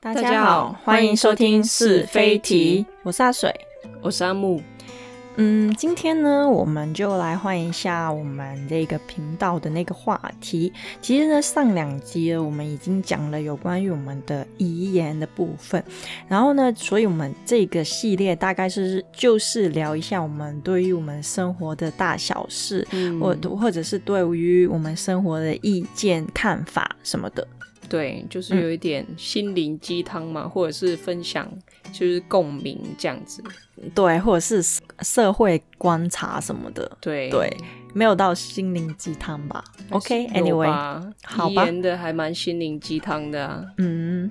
大家好，欢迎收听是非题，我是阿水。我是阿木，嗯，今天呢，我们就来换一下我们这个频道的那个话题。其实呢，上两集呢我们已经讲了有关于我们的遗言的部分，然后呢，所以我们这个系列大概是就是聊一下我们对于我们生活的大小事，嗯或、或者是对于我们生活的意见、看法什么的。对，嗯就是有一点心灵鸡汤嘛，或者是分享，就是共鸣这样子。对，或者是社社会观察什么的，对对没有到心灵鸡汤吧？OK，Anyway，、好遗吧言的还蛮心灵鸡汤的啊。嗯，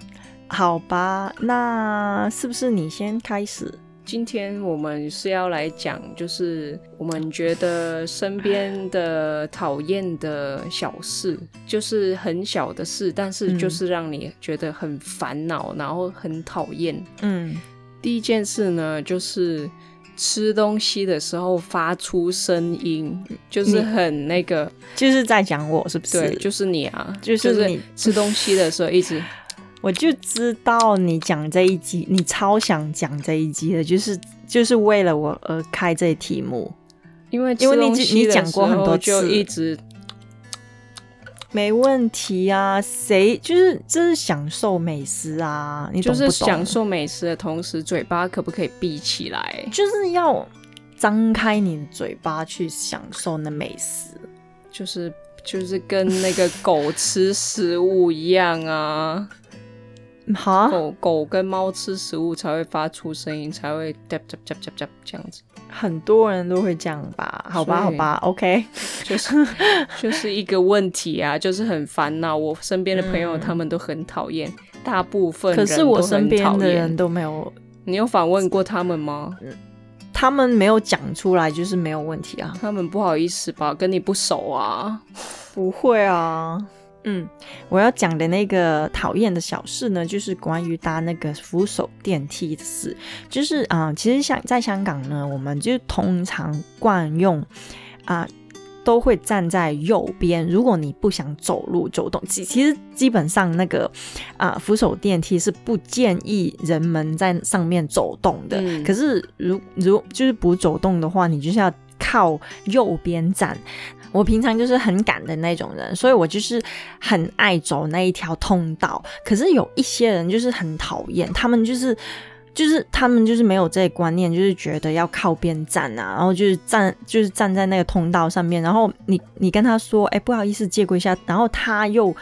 好吧，那是不是你先开始？今天我们是要来讲，就是我们觉得身边的讨厌的小事，就是很小的事，但是嗯就是让你觉得很烦恼，然后很讨厌。嗯，第一件事呢，就是吃东西的时候发出声音，就是很那个，就是在讲我是不是？对，就是你啊，就是就你是吃东西的时候 一直，我就知道你讲这一集，你超想讲这一集的，就是就是为了我而开这题目。因为因为你吃东西的时候你讲过很多次就一直没问题啊，谁就是这是享受美食啊，你懂就不懂？是享受美食的同时，嘴巴可不可以闭起来？就是要张开你的嘴巴去享受那美食。就是就是跟那个狗吃食物一样啊，好，狗狗跟猫吃食物才会发出声音，才会 tap tap tap tap tap 这样子。很多人都会这样吧？好吧，好所以吧，OK。就是 就是一个问题啊，就是很烦恼。我身边的朋友他们都很讨厌，大部分嗯可人是我都很身边讨的厌人，都没有，你有访问过他们吗？他们没有讲出来，就是没有问题啊。他们不好意思吧，跟你不熟啊。不会啊。嗯，我要讲的那个讨厌的小事呢，就是关于搭那个扶手电梯的事。就是啊、呃其实像在香港呢，我们就通常惯用啊、都会站在右边。如果你不想走路走动，其其实基本上那个啊、扶手电梯是不建议人们在上面走动的。嗯可是如如就是不走动的话，你就是要靠右边站。我平常就是很赶的那种人，所以我就是很爱走那一条通道。可是有一些人就是很讨厌，他们就是。就是他们就是没有这个观念，就是觉得要靠边站啊，然后就是站就是站在那个通道上面，然后你你跟他说，哎、不好意思借过一下，然后他又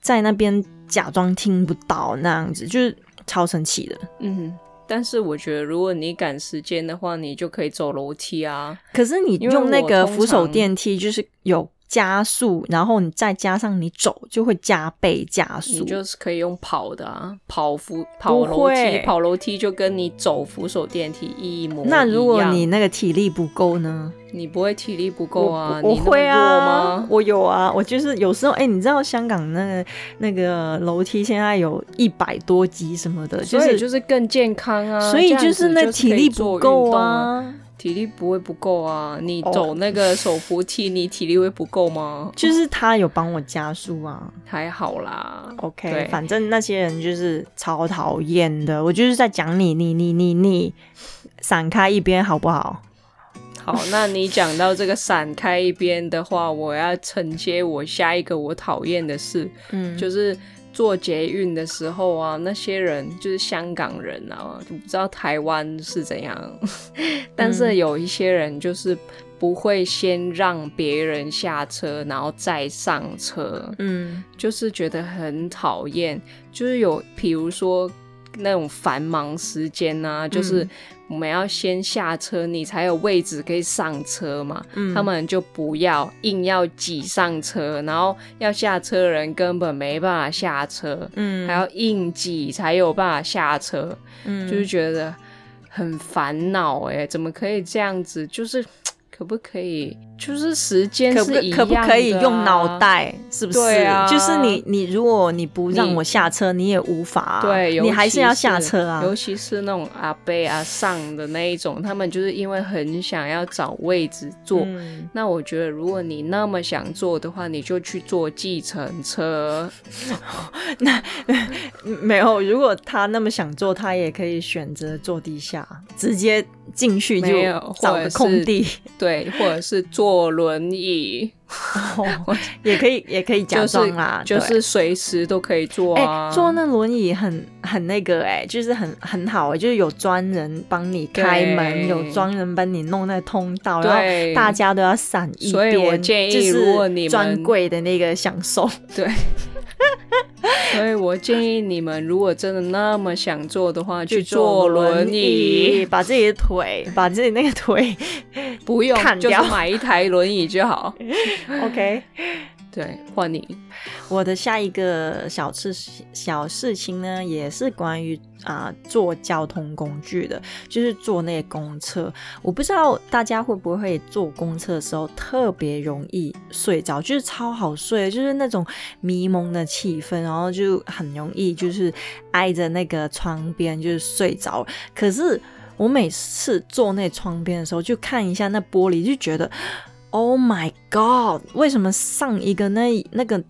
在那边假装听不到那样子，就是超生气的。嗯，但是我觉得如果你赶时间的话，你就可以走楼梯啊。可是你因为用那我个通扶手常电梯，就是有加速，然后你再加上你走，就会加倍加你速。就是可以用跑的啊，跑扶跑不楼会梯，跑楼梯就跟你走扶手电梯一模一样。那如果你那个体力不够呢？你不会体力不够啊，我我你那么会弱啊吗，？我有啊，我就是有时候，哎、你知道香港那个那个楼梯现在有一百多级什么的，就所以是就是更健康啊，所以这样子就就是那体可以力做不运够动，啊，体力不会不够啊。你哦走那个手扶梯，你体力会不够吗？就是他有帮我加速啊。还好啦， OK，对反正那些人就是超讨厌的，我就是在讲你，你你你你，闪开一边好不好？好。那你讲到这个闪开一边的话，我要承接我下一个我讨厌的事，嗯就是。坐捷运的时候啊，那些人就是香港人啊，我不知道台湾是怎样， 但嗯是有一些人就是不会先让别人下车，然后再上车。嗯就是觉得很讨厌，就是有比如说那种繁忙时间啊，就是嗯我们要先下车，你才有位置可以上车嘛。嗯他们就不要硬要挤上车，然后要下车的人根本没办法下车，嗯还要硬挤才有办法下车，嗯欸就是觉得很烦恼哎，怎么可以这样子？就是可不可以？就是时间可不是一样可不可以的啊用脑？袋？是不是？对啊就是你你如果你不让你我下车，你也无法、啊，对，尤你还是其要下车啊。尤其是那种阿贝阿上的那一种，他们就是因为很想要找位置坐。嗯那我觉得，如果你那么想坐的话，你就去坐计程车。没有，如果他那么想坐，他也可以选择坐地下，直接进去就没有找或者个是空地，对，或者是坐轮椅，也可以也可以假就装是啦，就啊对是随时都可以坐哎、啊。坐那轮椅很很那个哎、就是很很好哎、就是有专人帮你开门，对有专人帮你弄那通道，然后对，大家都要闪一边，所以我建议就是如果你们专柜的那个享受，所以我建议你们，如果真的那么想坐的话，去坐坐轮椅，椅，把自己的腿，把自己那个腿不用砍就是掉买一台轮椅就 好。 ，OK。对，换你。我的下一个小事小事情呢，也是关于啊、坐交通工具的，就是坐那个公车。我不知道大家会不会坐公车的时候特别容易睡着，就是超好睡，就是那种迷蒙的气氛，然后就很容易就是挨着那个窗边就是睡着。可是我每次坐那窗边的时候，就看一下那玻璃，就觉得。Oh my god！为什么上一个那那个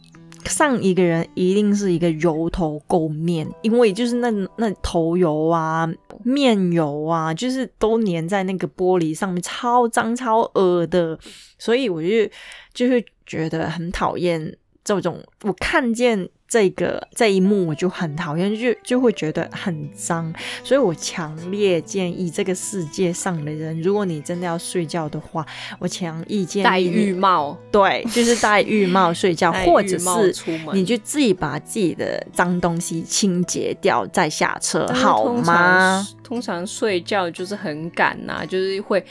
上一个人一定是一个油头垢面，因为就是那那头油啊、面油啊，就是都粘在那个玻璃上面，超脏超恶的，所以我就就会觉得很讨厌这种。我看见这个这一幕，我就很讨厌，就就会觉得很脏，所以我强烈建议这个世界上的人，如果你真的要睡觉的话，我强意建戴议你浴帽，对，就是戴浴帽睡觉， 戴或浴者帽是出门你就自己把自己的脏东西清洁掉再下车，但是呃好通常吗？通常睡觉就是很赶呐、就是会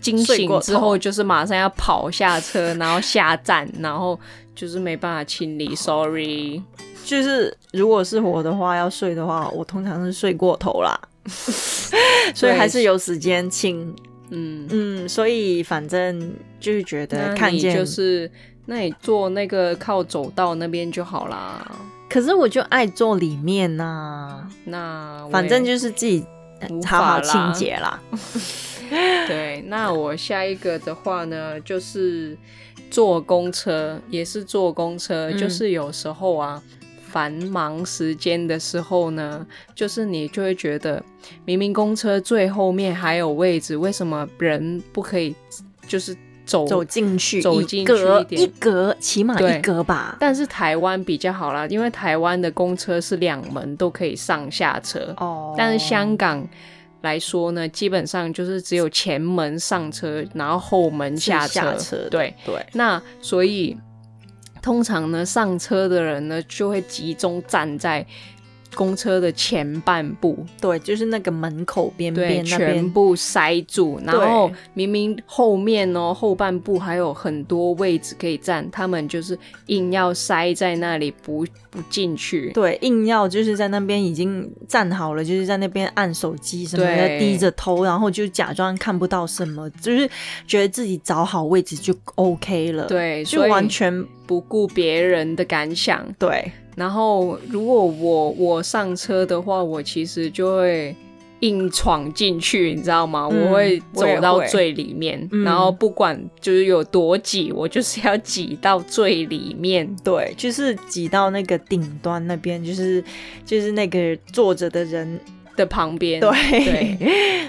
惊睡过醒头之后就是马上要跑下车，然后下站，然后就是没办法清理。Sorry，就是如果是我的话，要睡的话，我通常是睡过头 啦，所以还是有时间清。嗯，嗯，所以反正就是觉那得你看见，就是那你坐那个靠走道那边就好啦。可是我就爱坐里面呐、那我反也正就是自己无好好法清啦洁啦。 对，那我下一个的话呢，就是坐公车，也是坐公车，嗯就是有时候啊，繁忙时间的时候呢，就是你就会觉得，明明公车最后面还有位置，为什么人不可以就是走走进去，走一进去格一点一格，起码对一格吧。但是台湾比较好啦，因为台湾的公车是两门都可以上下车，哦但是香港来说呢，基本上就是只有前门上车，然后后门下嗯是下车的对，对，那所以通常呢，上车的人呢就会集中站在公车的前半部，对，就是那个门口边对，边那全边，部塞住。然后明明后面哦后半部还有很多位置可以站，他们就是硬要塞在那里不不进去。对，硬要就是在那边已经站好了，就是在那边按手机什么的，对低着头，然后就假装看不到什么，就是觉得自己找好位置就 OK 了，，对，就所以完全不顾别人的感想。对，然后如果我我上车的话，我其实就会硬闯进去，你知道吗？嗯我会走我到也会最里面，嗯然后不管就是有多挤，我就是要挤到最里面。对，就是挤到那个顶端那边，就是就是那个坐着的人，的旁边，对，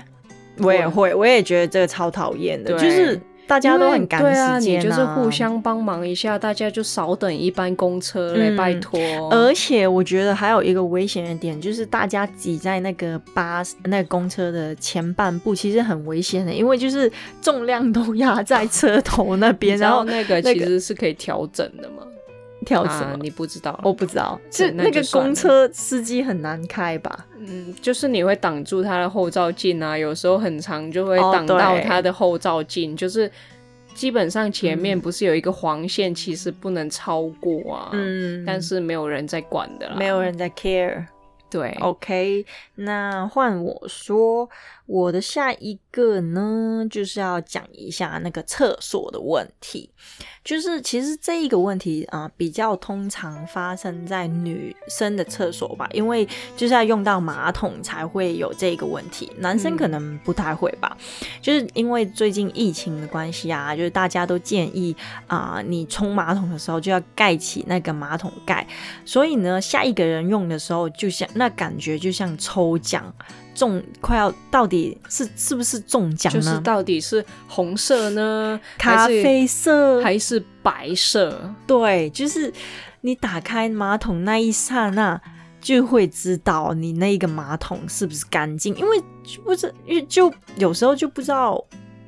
我也会，我也觉得这个超讨厌的，对就是大家都很赶对啊，时间、你就是互相帮忙一下，大家就少等一班公车嘞，嗯拜托。而且我觉得还有一个危险的点，就是大家挤在那个巴士、那个公车的前半部，其实很危险的，因为就是重量都压在车头那你边，知然道后那个那其个实是可以调整的吗？跳什啊么，，你不知道，我不知道，是那那个就算了公车司机很难开吧？嗯，就是你会挡住它的后照镜啊，有时候很长就会哦挡到对它的后照镜，就是基本上前面嗯不是有一个黄线，其实不能超过啊，，嗯，但是没有人在管的啦，哦没有人在 care。对， OK，那换我说，我的下一个呢，就是要讲一下那个厕所的问题。就是其实这一个问题啊、呃比较通常发生在女生的厕所吧，因为就是要用到马桶才会有这个问题，男生嗯可能不太会吧。就是因为最近疫情的关系啊，就是大家都建议啊、你冲马桶的时候就要盖起那个马桶盖，所以呢，下一个人用的时候，就像那感觉就像抽奖中，快要到底是是不是中奖就是呢？到底是红色呢，咖啡色，还是白色？对，就是你打开马桶那一刹那。就会知道你那个马桶是不是干净，因为就不是，因为就有时候就不知道，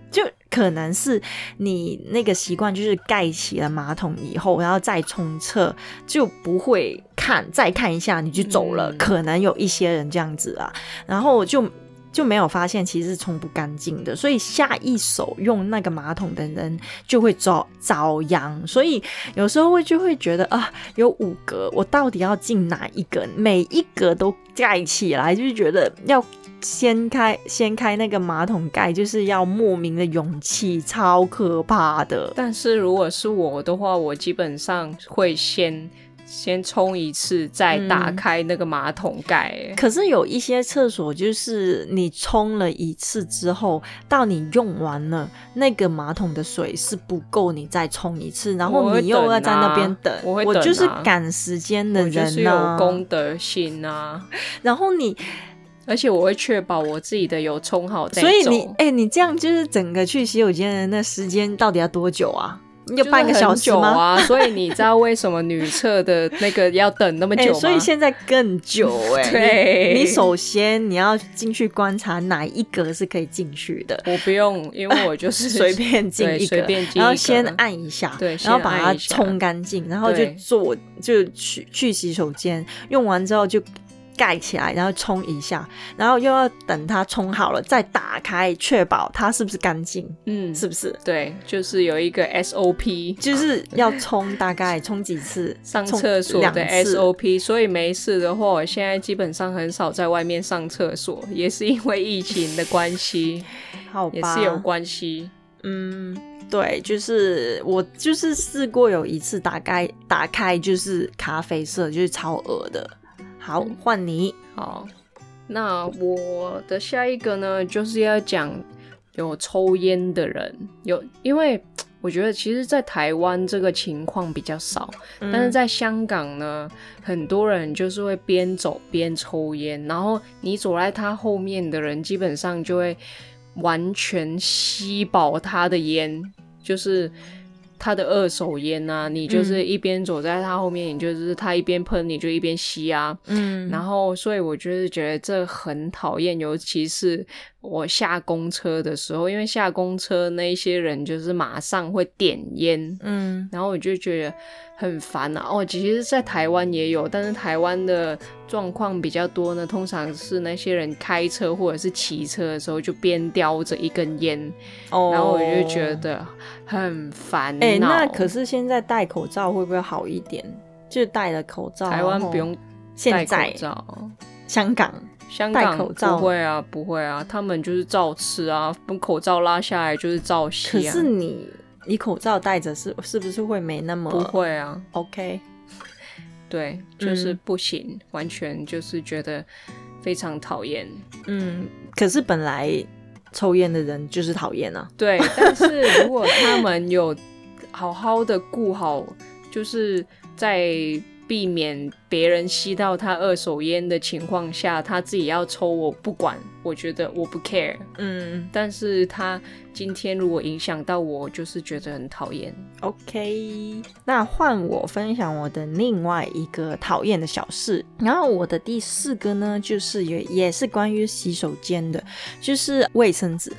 就可能是你那个习惯就是盖起了马桶以后，然后再冲厕就不会看，再看一下你就走了，嗯可能有一些人这样子啊，然后就就没有发现其实是冲不干净的，所以下一手用那个马桶的人就会遭遭殃，所以有时候会就会觉得啊，有五格，我到底要进哪一格？每一格都盖起来，就是觉得要。掀开掀开那个马桶盖，就是要莫名的勇气，超可怕的。但是如果是我的话，我基本上会先先冲一次，再打嗯开那个马桶盖、欸可是有一些厕所，就是你冲了一次之后，到你用完了，那个马桶的水是不够，你再冲一次，然我后会你又要在那边等等啊。我会等啊就是赶时间的我就是人有呐、公德心啊，然后你，而且我会确保我自己的有冲好再走。所以你，哎、你这样就是整个去洗手间的那时间到底要多久啊？要就是半个小时很久吗？啊，所以你知道为什么女厕的那个要等那么 哎、久吗？所以现在更 久哎、对你，你首先你要进去观察哪一格是可以进去的，我不用，因为我就 是随便进一对个，随便进一个然后先按一下，对先然后把它按一下冲干净，然后就对做就去去洗手间，用完之后就。盖起来，然后冲一下，然后又要等它冲好了再打开，确保它是不是干净，嗯，是不是？对，就是有一个 SOP。就是要冲，大概冲几次， 上冲厕所两的次 SOP，所以没事的话，我现在基本上很少在外面上厕所，也是因为疫情的关系，好吧？也是有关系。嗯，对，就是我就是试过有一次打开打开就是咖啡色，就是超恶的。好，换你。好，那我的下一个呢，就是要讲有抽烟的人，有因为我觉得其实，在台湾这个情况比较少，嗯嗯但是在香港呢，很多人就是会边走边抽烟，然后你走在他后面的人，基本上就会完全吸饱他的烟，就是他的二手烟啊，嗯你就是一边走在他后面，你就是他一边喷，你就一边吸啊。嗯，然后，所以我就是觉得这很讨厌，尤其是我下公车的时候，因为下公车那一些人就是马上会点烟，嗯然后我就觉得很烦啊。哦，其实，在台湾也有，但是台湾的状况比较多呢。通常是那些人开车或者是骑车的时候，就边叼着一根烟，哦然后我就觉，得很烦恼。哎、那可是现在戴口罩会不会好一点？就戴了口罩，台湾然后不用哦现戴口在罩。香港香戴港口罩不会啊，不会啊，他们就是照吃啊，把口罩拉下来就是照可吸啊，是你你口罩戴着是是不是会没那么不会啊， OK？对，就是嗯不行，完全就是觉得非常讨厌。嗯，可是本来抽烟的人就是讨厌啊。对，但是如果他们有好好的顾好，就是在避免别人吸到他二手烟的情况下，他自己要抽我不管，我觉得我不 care。嗯但是他今天如果影响到我，就是觉得很讨厌。 OK，那换我分享我的另外一个讨厌的小事。然后我的第四个呢，就是也也是关于洗手间的，就是卫生纸。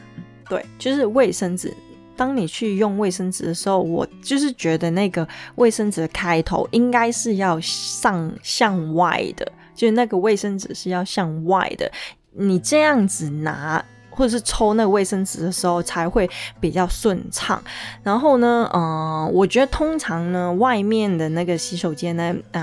对，就是卫生纸。当你去用卫生纸的时候，我就是觉得那个卫生纸的开头应该是要上向外的，就是那个卫生纸是要向外的。你这样子拿或者是抽那个卫生纸的时候，才会比较顺畅。然后呢，呃，我觉得通常呢，外面的那个洗手间呢，啊、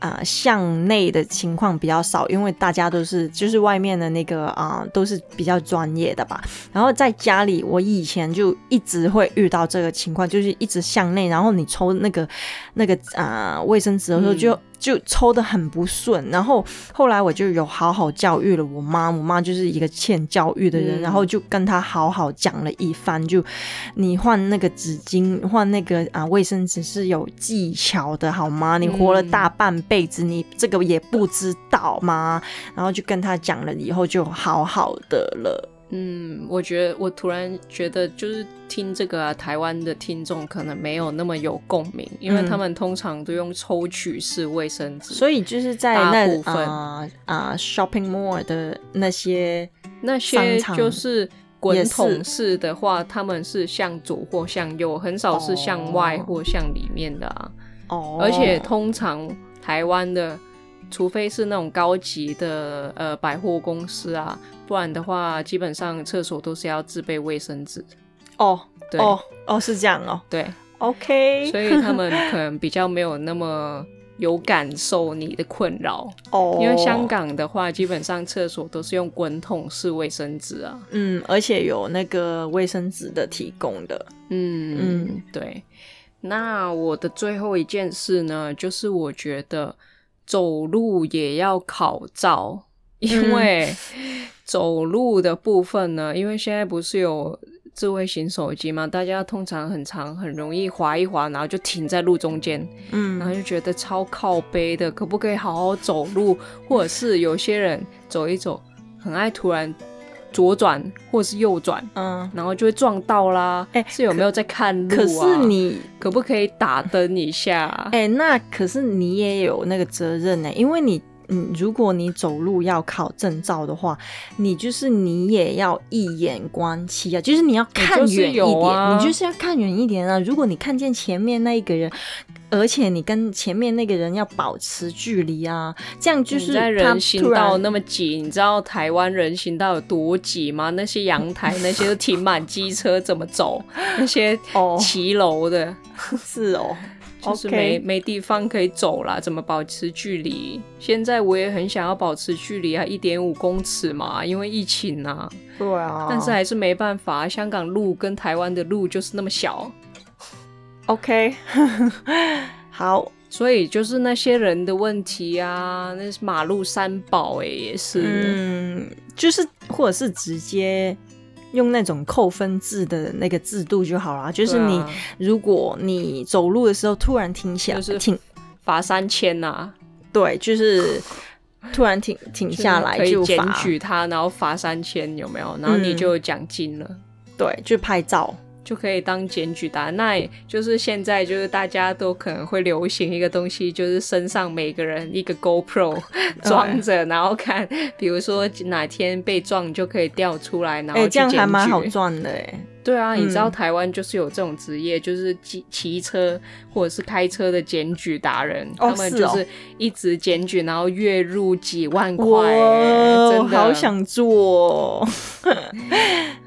啊、呃巷内的情况比较少，因为大家都是就是外面的那个啊、呃都是比较专业的吧。然后在家里，我以前就一直会遇到这个情况，就是一直向内，然后你抽那个那个啊、呃卫生纸的时候嗯就。就抽的很不顺，然后后来我就有好好教育了我妈，我妈就是一个欠教育的人，嗯然后就跟她好好讲了一番，就你换那个纸巾，换那个啊卫生纸是有技巧的好吗？你活了嗯大半辈子，你这个也不知道吗？然后就跟她讲了以后，就好好的了。嗯，我觉得我突然觉得，就是听这个啊，台湾的听众可能没有那么有共鸣，因为嗯他们通常都用抽取式卫生纸，所以就是在那大部分啊啊、shopping mall 的那些那商些场就是滚也是筒式的话，他们是向左或向右，很少是向外哦或向里面的啊。哦，而且通常台湾的，除非是那种高级的呃百货公司啊，不然的话，基本上厕所都是要自备卫生纸。哦对、哦哦是这样哦对， ，OK，所以他们可能比较没有那么有感受你的困扰， 哦，因为香。港的话，基本上厕所都是用滚筒式卫生纸啊。嗯，而且有那个卫生纸的提供的，嗯嗯对。那我的最后一件事呢，就是我觉得走路也要考照，因为走路的部分呢，因为现在不是有智慧型手机嘛，大家通常很常很容易滑一滑，然后就停在路中间，然后嗯，就觉得超靠背的，可不可以好好走路？或者是有些人走一走，很爱突然左转或是右转，嗯，然后就会撞到啦。哎是有没有在看路、啊？可是你，可不可以打灯一下、啊？哎、那可是你也有那个责任呢、因为你，嗯，如果你走路要考证照的话，你就是你也要一眼观七啊，就是你要看我就是远一点，有啊你就是要看远一点啊。如果你看见前面那一个人，而且你跟前面那个人要保持距离啊，这样就你是在他人行突然道那么挤，你知道台湾人行道有多挤吗？那些 阳台那些都停满机车，怎么走？那些哦骑楼的， 是哦，就是没 OK 没地方可以走啦，怎么保持距离？现在我也很想要保持距离啊，一点五公尺嘛，因为疫情啊，对啊，但是还是没办法，香港路跟台湾的路就是那么小， OK，好，所以就是那些人的问题啊，那是马路三宝哎、也是。嗯，就是或者是直接用那种扣分制的那个制度就好啦。就是对啊你、如果你走路的时候突然停下，就是停，罚三千啊呐、对，就是 突然停停就是下来可以就检罚，举他，然后罚三千，有没有？然后你就有奖金了。对，就拍照。就可以当检举单，那也就是现在就是大家都可能会流行一个东西，就是身上每个人一个 GoPro 装着，然后看，比如说哪天被撞你就可以调出来，然哎、后去这样还蛮好检举赚的哎。对啊，你知道嗯台湾就是有这种职业，就是骑骑车或者是开车的检举达人，哦他们是就哦是一直检举，然后月入几万块哇，耶，真的好想做、哦。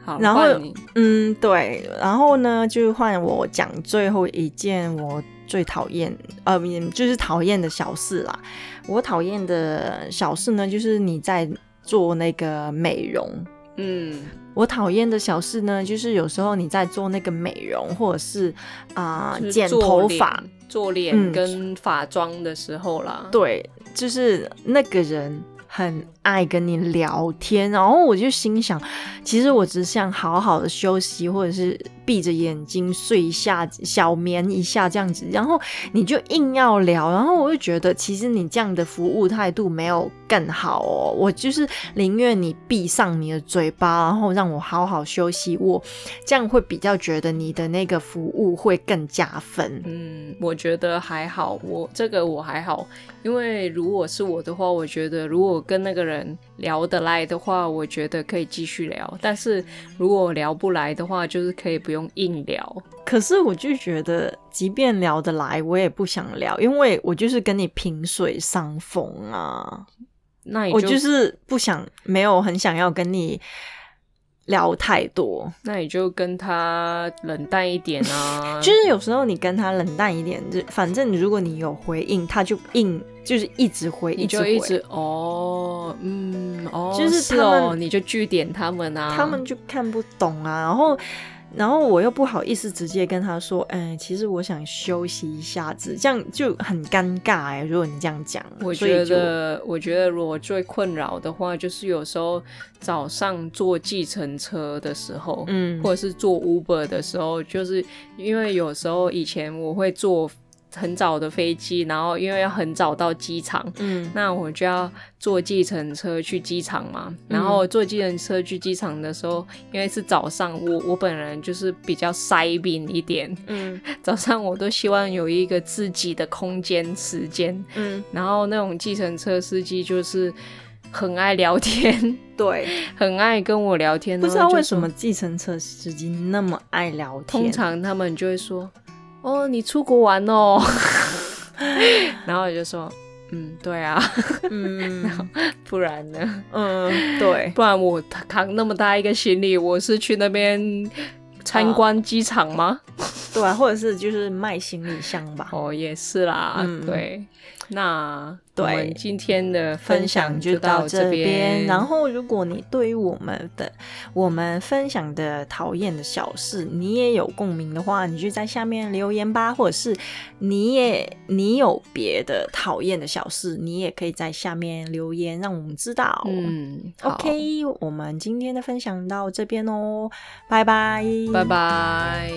好。然后换你嗯，对。然后呢，就换我讲最后一件我最讨厌，呃，也就是讨厌的小事啦。我讨厌的小事呢，就是你在做那个美容。嗯，我讨厌的小事呢，就是有时候你在做那个美容，或者是啊、就是剪做头脸发，、嗯做脸跟化妆的时候啦。对，就是那个人很爱跟你聊天，然后我就心想，其实我只想好好的休息，或者是闭着眼睛睡一下、小眠一下这样子，然后你就硬要聊，然后我就觉得，其实你这样的服务态度没有更好哦，我就是宁愿你闭上你的嘴巴，然后让我好好休息，我这样会比较觉得你的那个服务会更加分。嗯，我觉得还好，我这个我还好，因为如果是我的话，我觉得如果跟那个人聊得来的话，我觉得可以继续聊；但是如果聊不来的话，就是可以不用硬聊。可是我就觉得，即便聊得来，我也不想聊，因为我就是跟你萍水相逢啊，那你我哎就就是不想，没有很想要跟你聊太多，那你就跟他冷淡一点 啊。就是有时候你跟他冷淡一点，就反正如果你有回应，他就应就是一直回，你就回一直哦，嗯，哦，就是是他哦，们你就据点他们啊，他们就看不懂啊。然后，然后我又不好意思直接跟他说，嗯，其实我想休息一下子，这样就很尴尬哎、如果你这样讲，我所以觉就得，我觉得如果最困扰的话，就是有时候早上坐计程车的时候，嗯或者是坐 Uber 的时候，就是因为有时候以前我会坐很早的飞机，然后因为要很早到机场，嗯那我就要坐计程车去机场嘛。然后坐计程车去机场的时候，因为是早上，我我本人就是比较塞宾一点， 嗯早上我都希望有一个自己的空间时间。嗯，然后那种计程车司机就是很爱聊天， 对，很爱跟我聊天，不知道为什么然后计程车司机那么爱聊就说。通天，常他们就会说：“哦，你出国玩 哦。” 然后我就说：“嗯，对啊， 嗯不 然呢？ 嗯，对。不然我扛那么大一个行李，我是去那边啊参观机场吗？对啊，或者是就是卖行李箱吧。哦，也是啦，啊嗯对。那我对们今天的分分享享就到这这边，然后后如果你对于我们的我们分享的讨厌的小事，你也有共鸣的话，你就在下面留言吧，或者是你也你有别的讨厌的小事，你也可以在下面留言，让我们知道。嗯好 OK，我们今天的分享到这边哦，拜拜，拜拜。